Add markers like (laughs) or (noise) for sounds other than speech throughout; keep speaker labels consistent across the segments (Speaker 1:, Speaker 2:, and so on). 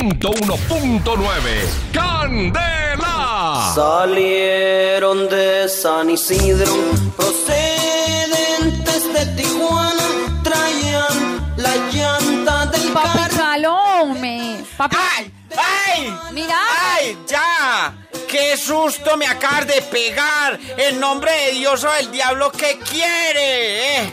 Speaker 1: 101.9 Candela.
Speaker 2: Salieron de San Isidro, procedentes de Tijuana, traían la llanta del
Speaker 3: Papi,
Speaker 2: carro.
Speaker 3: calome. Papi,
Speaker 4: ¡Ay! ¡Ay!
Speaker 3: Mira.
Speaker 4: ¡Ay, ya! ¡Qué susto me acabas de pegar! El nombre de Dios o del diablo que quiere, eh.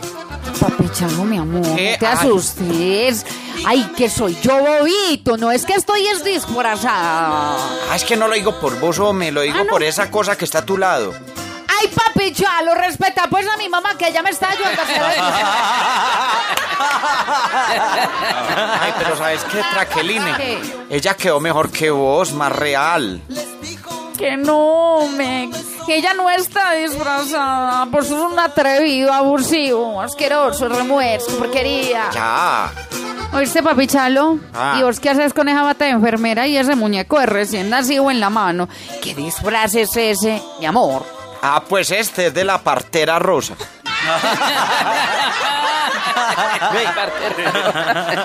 Speaker 3: papi Chango, mi amor, no
Speaker 4: ¿Qué?
Speaker 3: te
Speaker 4: Ay.
Speaker 3: asustes. Ay, que soy yo bobito, no es que estoy es disfrazada.
Speaker 4: Ah, es que no lo digo por vos, me lo digo
Speaker 3: Ah, no.
Speaker 4: por esa cosa que está a tu
Speaker 3: (laughs)
Speaker 4: lado.
Speaker 3: Ay, papi Chalo, respeta pues a mi mamá que ella me está ayudando a hacer el-
Speaker 4: Ay, pero ¿sabes qué, Traqueline?
Speaker 3: ¿Qué?
Speaker 4: Ella quedó mejor que vos, más real.
Speaker 3: Que no, me. Que ella no está disfrazada. Por eso es un atrevido, abusivo, asqueroso, remuerzo, porquería.
Speaker 4: Ya.
Speaker 3: ¿Oíste, papi Chalo?
Speaker 4: Ah.
Speaker 3: ¿Y vos qué haces con esa bata de enfermera y ese muñeco de recién nacido en la mano? ¿Qué disfraz es ese, mi amor?
Speaker 4: Ah, pues este es de la partera rosa. Ve,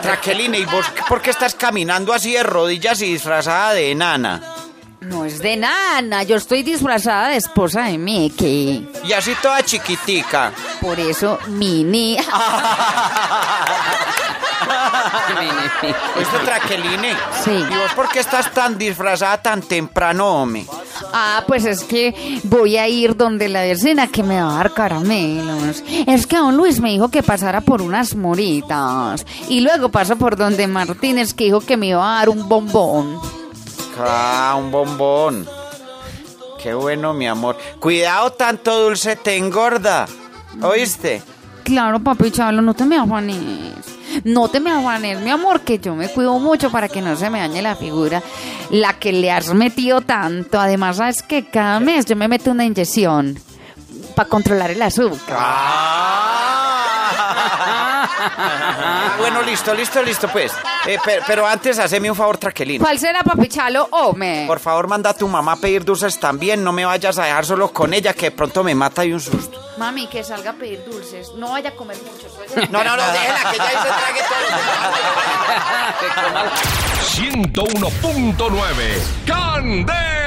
Speaker 4: Traqueline, ¿y vos por qué estás caminando así de rodillas y disfrazada de enana?
Speaker 3: No es de nana, yo estoy disfrazada de esposa de Mickey.
Speaker 4: Y así toda chiquitica.
Speaker 3: Por eso,
Speaker 4: (laughs)
Speaker 3: mini.
Speaker 4: Esto, Traqueline.
Speaker 3: Sí.
Speaker 4: ¿Y Este vos por qué estás tan disfrazada tan temprano, hombre?
Speaker 3: Ah, pues es que voy a ir donde la vecina que me va a dar caramelos. Es que don Luis me dijo que pasara por unas moritas. Y luego paso por donde Martínez que dijo que me iba a dar un bombón.
Speaker 4: Ah, un bombón. Qué bueno, mi amor. Cuidado, tanto dulce te engorda. ¿Oíste?
Speaker 3: Claro, papi Chalo, no te me afanes. No te me afanes, mi amor, que yo me cuido mucho para que no se me dañe la figura. La que le has metido tanto. Además, sabes que cada mes yo me meto una inyección para controlar el azúcar.
Speaker 4: Ah, bueno, listo, listo, listo, pues. Eh, pe- pero antes, haceme un favor, Traquelín.
Speaker 3: ¿Cuál será, papi Chalo? Hombre.
Speaker 4: Por favor, manda a tu mamá a pedir dulces también. No me vayas a dejar solo con ella, que de pronto me mata de un susto.
Speaker 3: Mami, que salga a pedir dulces. No vaya a comer muchos.
Speaker 4: No, no, no, déjela, que ya se trague todo.
Speaker 1: 101.9 Candela.